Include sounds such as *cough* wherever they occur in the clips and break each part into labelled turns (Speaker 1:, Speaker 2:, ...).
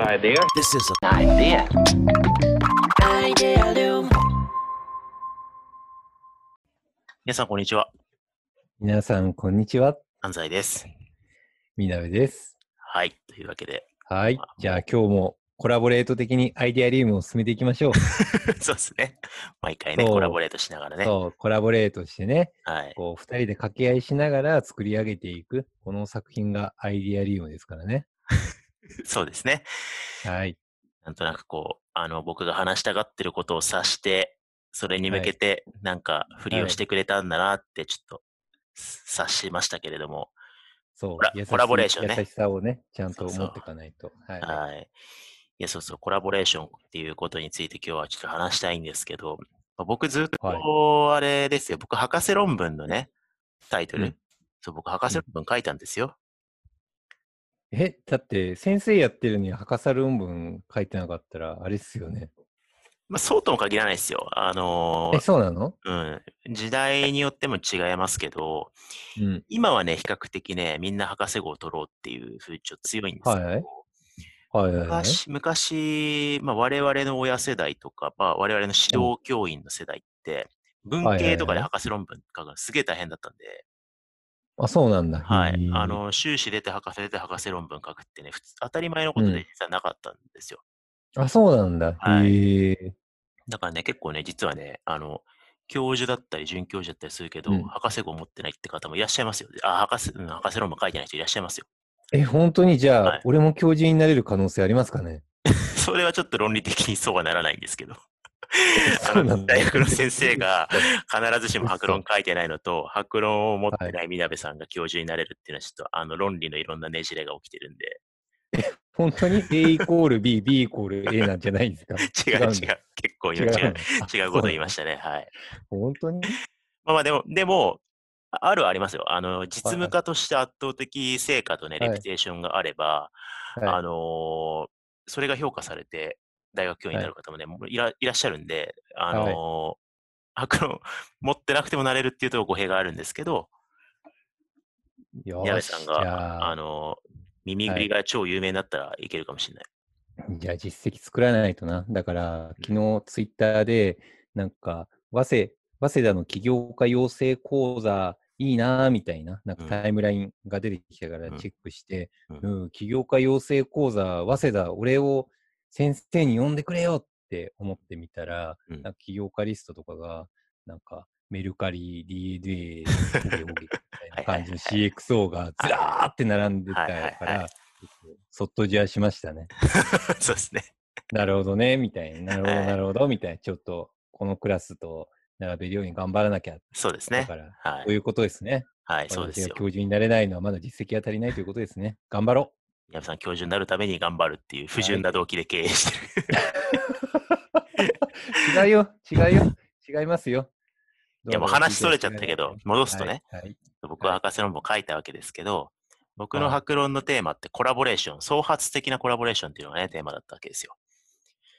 Speaker 1: idea.
Speaker 2: This is a
Speaker 1: Idea.
Speaker 3: 皆さん、こんにちは。
Speaker 4: 皆さん、こんにちは。
Speaker 3: 安西です。
Speaker 4: みなべです。
Speaker 3: はい。というわけで。 *laughs*
Speaker 4: はい。じゃあ、今日もコラボレート的にアイデアリウムを進めていきましょう。
Speaker 3: そうですね。毎回ね、
Speaker 4: そう
Speaker 3: コラボレートしな *laughs* がらね。
Speaker 4: そう、コラボレートしてね、
Speaker 3: はい。
Speaker 4: こう、二人で掛け合いしながら作り上げていく、この作品がアイデアリウムですからね。
Speaker 3: そうですね。
Speaker 4: はい。
Speaker 3: なんとなくこう、あの、僕が話したがってることを察して、それに向けて、なんか、振りをしてくれたんだなって、ちょっと、察しましたけれども。
Speaker 4: そ
Speaker 3: コラ
Speaker 4: う、優しい
Speaker 3: コラボレーションね
Speaker 4: 優しさをね、ちゃん
Speaker 3: そ
Speaker 4: と
Speaker 3: うそう
Speaker 4: 持っていかないと。はい。
Speaker 3: はい。いや、そうそう、コラボレーションっていうことについて今日はちょっと話したいんですけど、まあ僕ずっと、あれですよ、僕、博士論文のね、タイトル。
Speaker 4: うん
Speaker 3: そう、僕、博士論文書いたんですよ。
Speaker 4: え、だって、先生やってるのに博士論文書いてなかったら、あれっすよね。
Speaker 3: まあ、そうとも限らないですよ。あの
Speaker 4: え、そうなの
Speaker 3: ーうん、時代によっても違いますけど、
Speaker 4: うん。
Speaker 3: 今はね、比較的ね、みんな博士号を取ろうっていう風潮強いんですけど、
Speaker 4: はいはいはいはい。
Speaker 3: 昔、昔まあ、我々の親世代とか、まあ、我々の指導教員の世代って、文
Speaker 4: はいはいは
Speaker 3: 系
Speaker 4: い
Speaker 3: とかで博士論文書くのすげえ大変だったんで、
Speaker 4: あ、そうなんだ。
Speaker 3: はい
Speaker 4: へ。ー
Speaker 3: あ、の、修士出て博士出て博士論文書くってね、普通当たり前のこと
Speaker 4: うん
Speaker 3: で実はなかったんですよ。
Speaker 4: あ、そうなんだ。
Speaker 3: はい
Speaker 4: へえ。
Speaker 3: だからね、結構ね、実はね、あの、教授だったり、准教授だったりするけど、
Speaker 4: うん
Speaker 3: 博士号持ってないって方もいらっしゃいますよ。あ、博士、うん、博士論文書いてない人いらっしゃいますよ。 *laughs*
Speaker 4: え、本当にじゃあ、
Speaker 3: はい
Speaker 4: 俺も教授になれる可能性ありますかね
Speaker 3: それはちょっと論理的にそうはならないんですけど。 *laughs* あ
Speaker 4: そうなん
Speaker 3: の
Speaker 4: だ
Speaker 3: 大学の先生が必ずしも白論
Speaker 4: 嘘
Speaker 3: 書いてないのと、白論を持ってないみなべさんが教授になれるっていうのは、ちょっとあの論理のいろんなねじれが起きてるんで、
Speaker 4: *laughs*
Speaker 3: *laughs*
Speaker 4: 本当に A イコール B、B イコール A なんじゃないんですか
Speaker 3: 違う違う、
Speaker 4: んだ
Speaker 3: 結構
Speaker 4: 違
Speaker 3: 今
Speaker 4: う
Speaker 3: 違
Speaker 4: の *laughs*
Speaker 3: う
Speaker 4: あ
Speaker 3: 違うことを言いま
Speaker 4: そ
Speaker 3: したね。はい。
Speaker 4: うなんだ本当に
Speaker 3: まあまあでも、でも、ああるはありますよ。あの、実務家として圧倒的成果とね、
Speaker 4: はい
Speaker 3: レピュテーションがあれば、
Speaker 4: は
Speaker 3: あのーそれが評価されて、大学教員になる方もね、もういらいらっしゃるんで、あのー白論 *laughs* 持ってなくてもなれるっていうと語弊があるんですけど、
Speaker 4: い。よ
Speaker 3: 宮部
Speaker 4: し
Speaker 3: さん
Speaker 4: じ
Speaker 3: が、
Speaker 4: ゃ
Speaker 3: あ
Speaker 4: あ、
Speaker 3: のー耳ぐりが超有名になったらいけるかもしれない。
Speaker 4: じゃあ実績作らないとな。だから、昨日ツイッターで、なんか、早稲早稲田の起業家養成講座、いいなーみたいな、なんか
Speaker 3: うん
Speaker 4: タイムラインが出てきたから
Speaker 3: うん
Speaker 4: チェックして、
Speaker 3: う
Speaker 4: うん、起業家養成講座、早稲田、俺を先生に呼んでくれよって思ってみたら、
Speaker 3: うん
Speaker 4: なんか起業家リストとかが、なんか、メルカリ、DDA、ホゲホゲみたいな感じの CXO がずらーって並んでた
Speaker 3: はい
Speaker 4: か
Speaker 3: はいは
Speaker 4: ら、そっとじゃしましたね。
Speaker 3: *laughs* そうですね。
Speaker 4: なるほどね、みたいな。なるほ
Speaker 3: は
Speaker 4: ど、
Speaker 3: い
Speaker 4: なるほど、みたいな。ちょっと、このクラスと並べるように頑張らなきゃ。
Speaker 3: そうです
Speaker 4: だ
Speaker 3: ね
Speaker 4: か。ら、
Speaker 3: は
Speaker 4: そうい
Speaker 3: い。
Speaker 4: うことですね。
Speaker 3: はい、そうです
Speaker 4: 私が
Speaker 3: よ
Speaker 4: 教。授になれないのはまだ実績が足りないということですね。頑張ろ
Speaker 3: 宮部さん、教授になるために頑張るっていう不純な動機で経営してる。
Speaker 4: う。違
Speaker 3: *laughs*
Speaker 4: うよ、違うよ、違いますよ。
Speaker 3: いや、もう話それちゃったけど、戻すとね、
Speaker 4: はい。はい
Speaker 3: 僕は博士論文を書いたわけですけど、僕の
Speaker 4: はい
Speaker 3: 博論のテーマってコラボレーション、創発的なコラボレーションっていうのがね、テーマだったわけですよ。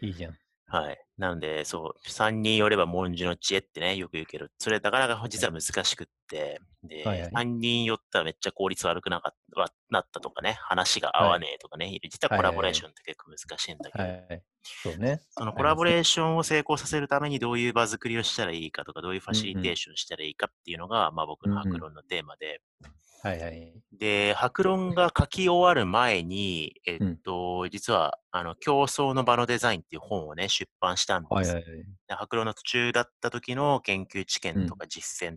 Speaker 4: いいじゃん。
Speaker 3: はい。なので、そう、三人よれば文字の知恵ってね、よく言うけど、それなかなか実は難しくって、で、
Speaker 4: はいはい
Speaker 3: 三人寄ったらめっちゃ効率悪くなかったわなったとかね、話が合わねえとかね、実はコラボレーションって結構難しいんだけど、
Speaker 4: はい。そうね。
Speaker 3: そのコラボレーションを成功させるためにどういう場作りをしたらいいかとか、どういうファシリテーションしたらいいかっていうのが、まあ僕の
Speaker 4: うんう
Speaker 3: 博
Speaker 4: ん
Speaker 3: 論のテーマで、
Speaker 4: はいはい。
Speaker 3: で、白論が書き終わる前に、えっと、実は、あの、競争の場のデザインっていう本をね、出版したんです。
Speaker 4: はいはいはい。
Speaker 3: で白論の途中だった時の研究知
Speaker 4: う
Speaker 3: 見
Speaker 4: ん
Speaker 3: とか実践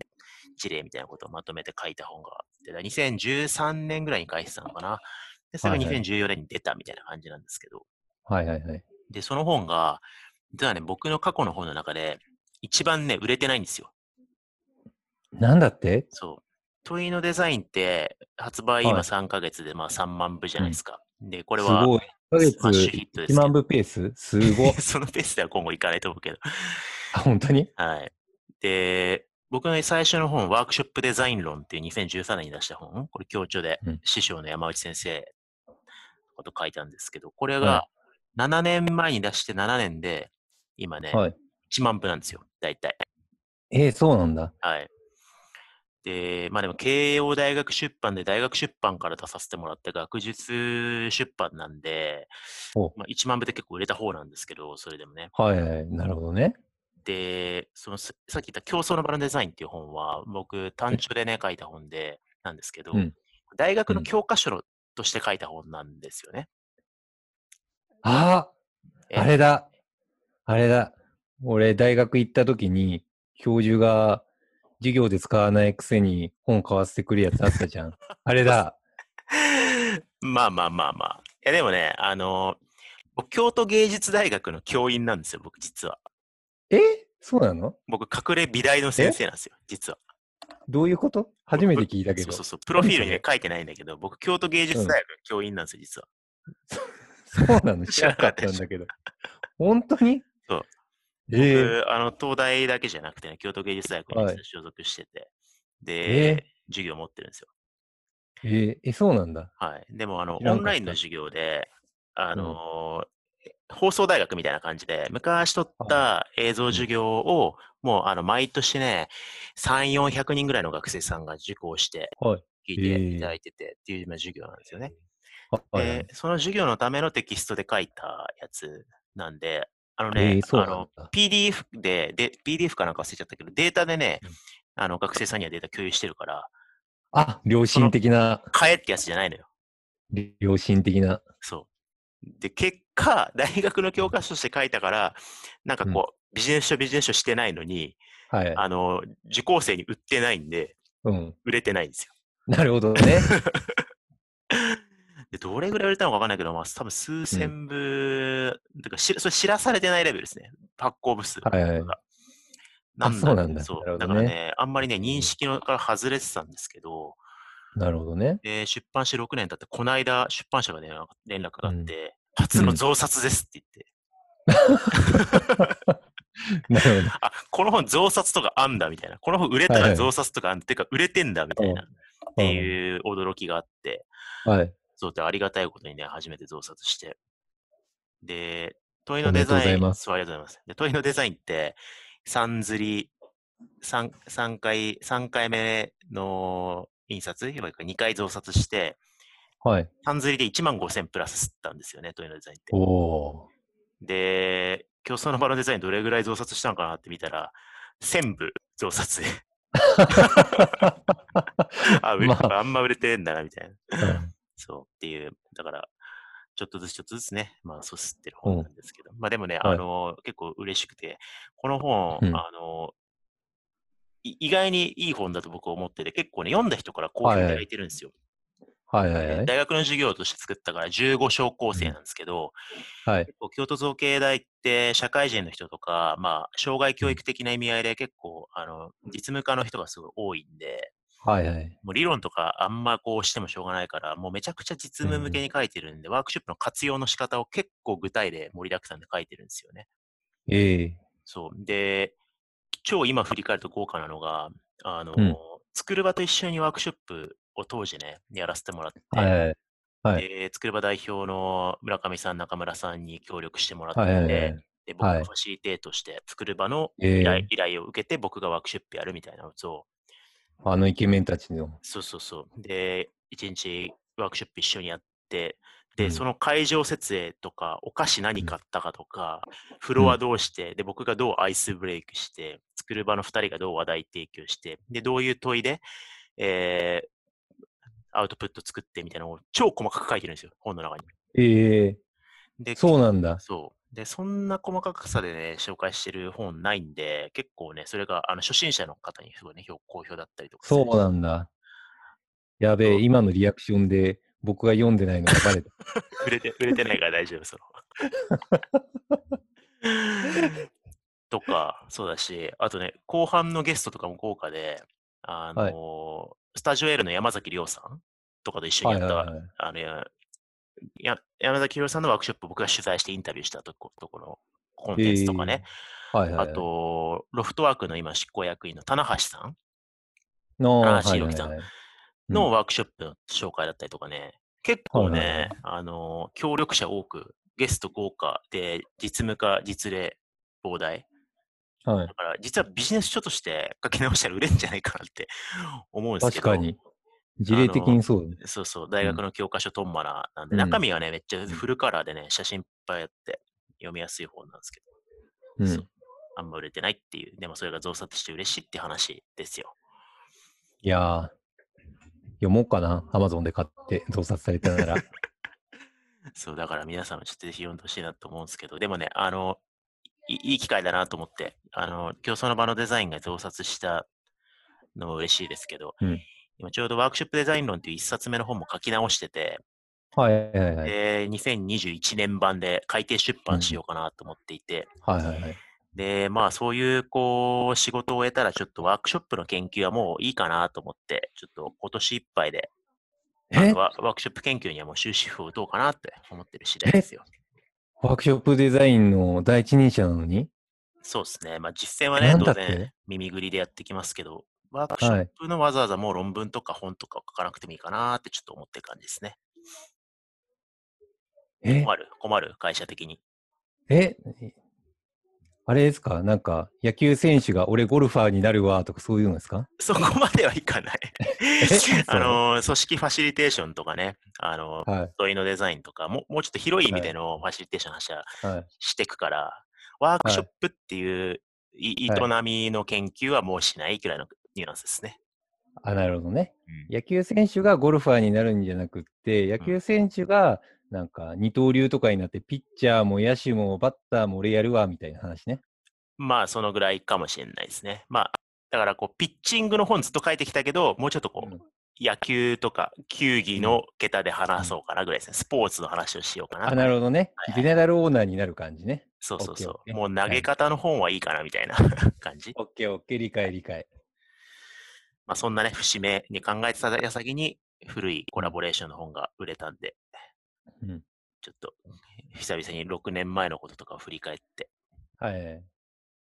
Speaker 3: 事例みたいなことをまとめて書いた本があって、だ2013年ぐらいに書いてたのかな。で、それが
Speaker 4: はいはい
Speaker 3: 2014年に出たみたいな感じなんですけど。
Speaker 4: はいはいはい。
Speaker 3: で、その本が、実はね、僕の過去の本の中で、一番ね、売れてないんですよ。
Speaker 4: なんだって
Speaker 3: そう。問いのデザインって、発売
Speaker 4: はい
Speaker 3: 今3ヶ月でまあ3万部じゃないですか。で、こ
Speaker 4: こ
Speaker 3: れは、
Speaker 4: すごい。1
Speaker 3: スマ
Speaker 4: ヶ
Speaker 3: ッシュ
Speaker 4: 月
Speaker 3: ヒットですけ
Speaker 4: 1
Speaker 3: ど。
Speaker 4: 万部ペースすご
Speaker 3: *laughs*
Speaker 4: い
Speaker 3: そのペースでは今後いかないと思うけど。
Speaker 4: あ、本当に
Speaker 3: はい。で、僕の最初の本、ワークショップデザイン論っていう2013年に出した本、これ協調で
Speaker 4: うん
Speaker 3: 師匠の山内先生のこと書いたんですけど、これが
Speaker 4: は
Speaker 3: 7年前に出して7年で、今ね、
Speaker 4: はい。
Speaker 3: 1万部なんですよ、大体。
Speaker 4: えー、そうなんだ。
Speaker 3: はい。で、まあでも慶応大学出版で大学出版から出させてもらった学術出版なんで、
Speaker 4: お
Speaker 3: まあ、1万部で結構売れた方なんですけど、それでもね。
Speaker 4: はいはい、なるほどね。
Speaker 3: で、そのささっき言った競争の場のデザインっていう本は、僕単調でね、書いた本で、なんですけど、
Speaker 4: うん
Speaker 3: 大学
Speaker 4: う
Speaker 3: の
Speaker 4: ん
Speaker 3: 教科書のとして書いた本なんですよね。
Speaker 4: あ
Speaker 3: え
Speaker 4: あ、あれだ。あれだ。俺、大学行った時に、教授が授業で使わないくせに本買わせてくるやつあったじ
Speaker 3: *laughs*
Speaker 4: ゃん。あれだ。
Speaker 3: *laughs* まあまあまあまあ。いやでもね、あの、僕京都芸術大学の教員なんですよ、僕実は。
Speaker 4: えそうなの
Speaker 3: 僕、隠れ美大の先生なんですよ、実は。
Speaker 4: どういうこと初めて聞いたけ
Speaker 3: そ
Speaker 4: ど。
Speaker 3: うそ
Speaker 4: そう
Speaker 3: そう。プロフィールには書いてないんだけど、僕、京都芸術大学の教員なんですよ、実は。
Speaker 4: うなの知らなかったんだけど。本当に
Speaker 3: そう。
Speaker 4: ええ
Speaker 3: 僕あの東大だけじゃなくてね、京都芸術大学
Speaker 4: はい
Speaker 3: に所属してて、で、
Speaker 4: えー
Speaker 3: 授業持ってるんですよ。
Speaker 4: えーえ、そうなんだ。
Speaker 3: はい。でも、あの、
Speaker 4: 知ら
Speaker 3: オ
Speaker 4: んかった
Speaker 3: ンラインの授業で、あのー放送大学みたいな感じで、昔撮った映像授業を、もう、あの、毎年ね、3、400人ぐらいの学生さんが受講して、
Speaker 4: はい
Speaker 3: 聞いていただいてて、っていうような授業なんですよね。
Speaker 4: あはいはい
Speaker 3: で、その授業のためのテキストで書いたやつなんで、あの
Speaker 4: え
Speaker 3: ね
Speaker 4: ー、そう
Speaker 3: あ
Speaker 4: なん
Speaker 3: の
Speaker 4: だ
Speaker 3: PDF でで、PDF かなんか忘れちゃったけど、データでね
Speaker 4: うん、
Speaker 3: あの学生さんにはデータ共有してるから、
Speaker 4: あ、良心的な、
Speaker 3: 買えってやつじゃないのよ。
Speaker 4: 良心的な。
Speaker 3: そう。で、結果、大学の教科書として書いたから、なんかこう、ビジネス書、ビジネス書してないのに、
Speaker 4: はい。
Speaker 3: あの、受講生に売ってないんで、
Speaker 4: うん。
Speaker 3: 売れてないんですよ。
Speaker 4: なるほ
Speaker 3: *laughs*
Speaker 4: どね。
Speaker 3: で、どれぐらい売れたのかわかんないけど、まあ、多分数千部、てかしそれ知らされてないレベルですね。発行部数。
Speaker 4: はいはい
Speaker 3: なんか
Speaker 4: あ
Speaker 3: なん
Speaker 4: そうなんだ
Speaker 3: そう
Speaker 4: なるほど
Speaker 3: だから
Speaker 4: ね
Speaker 3: ね、あんまりね、認識のから外れてたんですけど、
Speaker 4: なるほどね。
Speaker 3: で出版して6年経って、この間、出版社がね、連絡があって、初
Speaker 4: う
Speaker 3: の
Speaker 4: ん
Speaker 3: 増刷ですって言って、
Speaker 4: なるほど。
Speaker 3: あ、この本増刷とかあんだみたいな。この本売れた
Speaker 4: はいは
Speaker 3: ら
Speaker 4: い
Speaker 3: 増刷とかあんだ。てか、売れてんだみたいな。っていう驚きがあって、
Speaker 4: うん。はい。
Speaker 3: そうでありがたいことにね、初めて増刷して。で、問い
Speaker 4: お
Speaker 3: の
Speaker 4: め
Speaker 3: デ
Speaker 4: でと
Speaker 3: ザ
Speaker 4: うござい
Speaker 3: イン、
Speaker 4: ます
Speaker 3: そうありがとうございます。で問いのデザインって、三釣り、三三回、三回目の印刷、今から2回増刷して、
Speaker 4: はい。
Speaker 3: 三釣りで1万5000プラスったんですよね、問いのデザインって
Speaker 4: お。お
Speaker 3: で、競争の場のデザインどれぐらい増刷したのかなって見たら、1000部増刷で。
Speaker 4: ー。
Speaker 3: あ、売れ
Speaker 4: まあ
Speaker 3: あんま売れてんだな、みたいな。
Speaker 4: うん
Speaker 3: そうっていう、だから、ちょっとずつちょっとずつね、まあ、そうすってる本
Speaker 4: うん
Speaker 3: なんですけど、まあでもね、
Speaker 4: はい
Speaker 3: あの、結構嬉しくて、この本、
Speaker 4: うん
Speaker 3: あの、い意外にいい本だと僕は思ってて、結構ね、読んだ人から好評いただいてるんですよ。
Speaker 4: はいはいは
Speaker 3: で
Speaker 4: い。
Speaker 3: 大学の授業として作ったから15小構成なんですけど、
Speaker 4: はい。
Speaker 3: 結構京都造形大って社会人の人とか、まあ、障害教育的な意味合いで結構、あの、実務家の人がすごい多いんで、
Speaker 4: はいはい。
Speaker 3: もう理論とかあんまこうしてもしょうがないから、もうめちゃくちゃ実務向けに書いてるんで、ワークショップの活用の仕方を結構具体例盛りだくさんで書いてるんですよね。
Speaker 4: ええ
Speaker 3: そう。で、超今振り返ると豪華なのが、あの、
Speaker 4: うん
Speaker 3: 作る場と一緒にワークショップを当時ね、やらせてもらって、
Speaker 4: はいはい。はい
Speaker 3: で作る場代表の村上さん、中村さんに協力してもらって、
Speaker 4: はいはいはい。
Speaker 3: で僕が
Speaker 4: はい
Speaker 3: ファシリテートして、作る場の
Speaker 4: え
Speaker 3: 依
Speaker 4: え
Speaker 3: 頼,、依頼を受けて、僕がワークショップやるみたいなのを
Speaker 4: あのイケメンたちの。
Speaker 3: そうそうそう。で、一日ワークショップ一緒にやって、で、
Speaker 4: うん
Speaker 3: その会場設営とか、お菓子何買ったかとか、フロアどうして、で、僕がどうアイスブレイクして、作る場の2人がどう話題提供して、で、どういう問いで、えーアウトプット作ってみたいなのを超細かく書いてるんですよ、本の中に。
Speaker 4: ええ
Speaker 3: で、
Speaker 4: そうなんだ。
Speaker 3: そう。で、そんな細かくさでね、紹介してる本ないんで、結構ね、それがあの初心者の方にすごいね、評好評だったりとかする
Speaker 4: そ
Speaker 3: し
Speaker 4: うなんだ。やべ
Speaker 3: そう
Speaker 4: え、今のリアクションで僕が読んでないのがバレた。
Speaker 3: 売れて、売れてないから大丈夫、その。
Speaker 4: *laughs*
Speaker 3: とか、そうだし、あとね、後半のゲストとかも豪華で、あの
Speaker 4: はい
Speaker 3: スタジオエールの山崎亮さんとかと一緒
Speaker 4: は
Speaker 3: にやっ
Speaker 4: い
Speaker 3: た、
Speaker 4: はいはい。
Speaker 3: あのやや山崎亮さんのワークショップ僕が取材してインタビューしたとこところ、コンテンツとかね、
Speaker 4: はいはいはい。
Speaker 3: あと、ロフトワークの今執行役員の棚橋さん
Speaker 4: の、
Speaker 3: あ
Speaker 4: は
Speaker 3: ー
Speaker 4: い
Speaker 3: 白
Speaker 4: は
Speaker 3: 木
Speaker 4: い
Speaker 3: さん
Speaker 4: はい。
Speaker 3: の
Speaker 4: うん
Speaker 3: ワークショップの紹介だったりとかね、結構ね、
Speaker 4: はいはいはい
Speaker 3: あの、協力者多く、ゲスト豪華で、実務家、実例、膨大
Speaker 4: はい
Speaker 3: だ。から、実はビジネス書として書き直したら売れるんじゃないかなって *laughs* 思うんですけど。
Speaker 4: 確かに。事例的にそうだね。
Speaker 3: そうそう、大学の教科書トンマナなんで、
Speaker 4: うん
Speaker 3: 中身はね、めっちゃフルカラーでね、写真いっぱいあって、読みやすい方なんですけど、
Speaker 4: う
Speaker 3: そ
Speaker 4: ん
Speaker 3: う。あんま売れてないっていう、でもそれが増刷して嬉しいって話ですよ。
Speaker 4: いやー、読もうかな。アマゾンで買って増刷された
Speaker 3: *laughs*
Speaker 4: なら。
Speaker 3: そう、だから皆さんもちょっとぜひ読んでほしいなと思うんですけど、でもね、あの、いいい機会だなと思って、あの、競争の場のデザインが増刷したのも嬉しいですけど、
Speaker 4: うん
Speaker 3: 今ちょうどワークショップデザイン論っていう一冊目の本も書き直してて、
Speaker 4: はいはいはい。
Speaker 3: で、2021年版で改訂出版しようかなと思っていて、
Speaker 4: はいはいはい。
Speaker 3: で、まあそういうこう仕事を終えたらちょっとワークショップの研究はもういいかなと思って、ちょっと今年いっぱいであ
Speaker 4: え
Speaker 3: のワワークショップ研究にはもう終止符を打とうかなって思ってる次第ですよ。
Speaker 4: ワークショップデザインの第一人者なのに
Speaker 3: そうですね。まあ実践はね
Speaker 4: な、んだ
Speaker 3: 当
Speaker 4: って
Speaker 3: 然耳ぐりでやってきますけど、ワークショップのわざわざもう論文とか本とかを書かなくてもいいかなってちょっと思ってる感じですね。
Speaker 4: え
Speaker 3: 困る、困る、会社的に。 *laughs*
Speaker 4: えあれですかなんか、野球選手が俺ゴルファーになるわとかそういうのですか
Speaker 3: そこまではいか
Speaker 4: *laughs*
Speaker 3: ない。
Speaker 4: そう
Speaker 3: あの、組織ファシリテーションとかね、あの、
Speaker 4: はい。
Speaker 3: 問いのデザインとか、もうもうちょっと広い意味
Speaker 4: は
Speaker 3: で
Speaker 4: い
Speaker 3: のファシリテーションの話は
Speaker 4: はい。
Speaker 3: していくから、ワークショップっていうい営
Speaker 4: は
Speaker 3: みの研究はもうしないくらいのニュアンスですね。
Speaker 4: あ、なるほどね。
Speaker 3: うん
Speaker 4: 野球選手がゴルファーになるんじゃなくって、野球選手がなんか二刀流とかになって、ピッチャーも野手もバッターも俺やるわみたいな話ね。
Speaker 3: まあ、そのぐらいかもしれないですね。まあ、だからこう、ピッチングの本ずっと書いてきたけど、もうちょっとこう、
Speaker 4: うん
Speaker 3: 野球とか球技の桁で話そうかなぐらいですね。スポーツの話をしようかな。
Speaker 4: あ、なるほどね
Speaker 3: はい。はい
Speaker 4: ゼネラルオーナーになる感じね。
Speaker 3: そうそうそ
Speaker 4: オッ
Speaker 3: う。
Speaker 4: ケー
Speaker 3: も
Speaker 4: オ
Speaker 3: う
Speaker 4: ッケー
Speaker 3: 投げ方の本はいいかなみたいな *laughs* 感じ。
Speaker 4: オッケーオッケー、理解理解。
Speaker 3: まあ、そんなね、節目に考えてた矢先に、古いコラボレーションの本が売れたんで、
Speaker 4: うん。
Speaker 3: ちょっと、久々に6年前のこととかを振り返って、
Speaker 4: はいはい。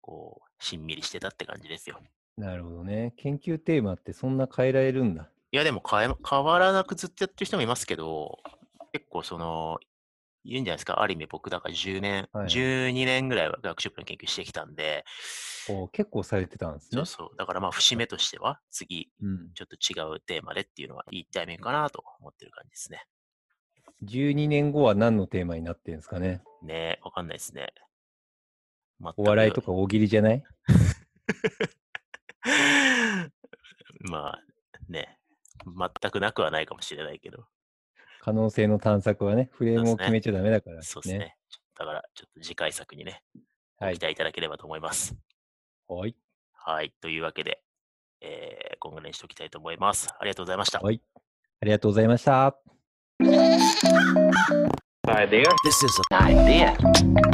Speaker 3: こう、しんみりしてたって感じですよ。
Speaker 4: なるほどね。研究テーマってそんな変えられるんだ。
Speaker 3: いや、でも変え変わらなくずっとやってる人もいますけど、結構その、いるんじゃないですか。ある意味僕、だから10年、
Speaker 4: はいはい
Speaker 3: 12年ぐらいは学習部の研究してきたんで、
Speaker 4: お結構されてたんです
Speaker 3: そ
Speaker 4: ね
Speaker 3: う。そう。だからまあ、節目としては、次、
Speaker 4: うん、
Speaker 3: ちょっと違うテーマでっていうのは、いいタイミングかなと思ってる感じですね。
Speaker 4: 12年後は何のテーマになってるんですかね
Speaker 3: ねえ、わかんないですね。全
Speaker 4: お笑い
Speaker 3: く
Speaker 4: とか大喜利じゃない
Speaker 3: *laughs* まあね、全くなくはないかもしれないけど、
Speaker 4: 可能性の探索はね、フレーム
Speaker 3: そう
Speaker 4: を
Speaker 3: ですね
Speaker 4: 決めちゃダメだからね。
Speaker 3: そうですね。だから、ちょっと次回作にね、
Speaker 4: は
Speaker 3: ご
Speaker 4: い
Speaker 3: 期。待いただければと思います。
Speaker 4: はい。
Speaker 3: はい、というわけで、えー、今後練しておきたいと思います。ありがとうございました。
Speaker 4: はいありがとうございました。
Speaker 1: This is an idea.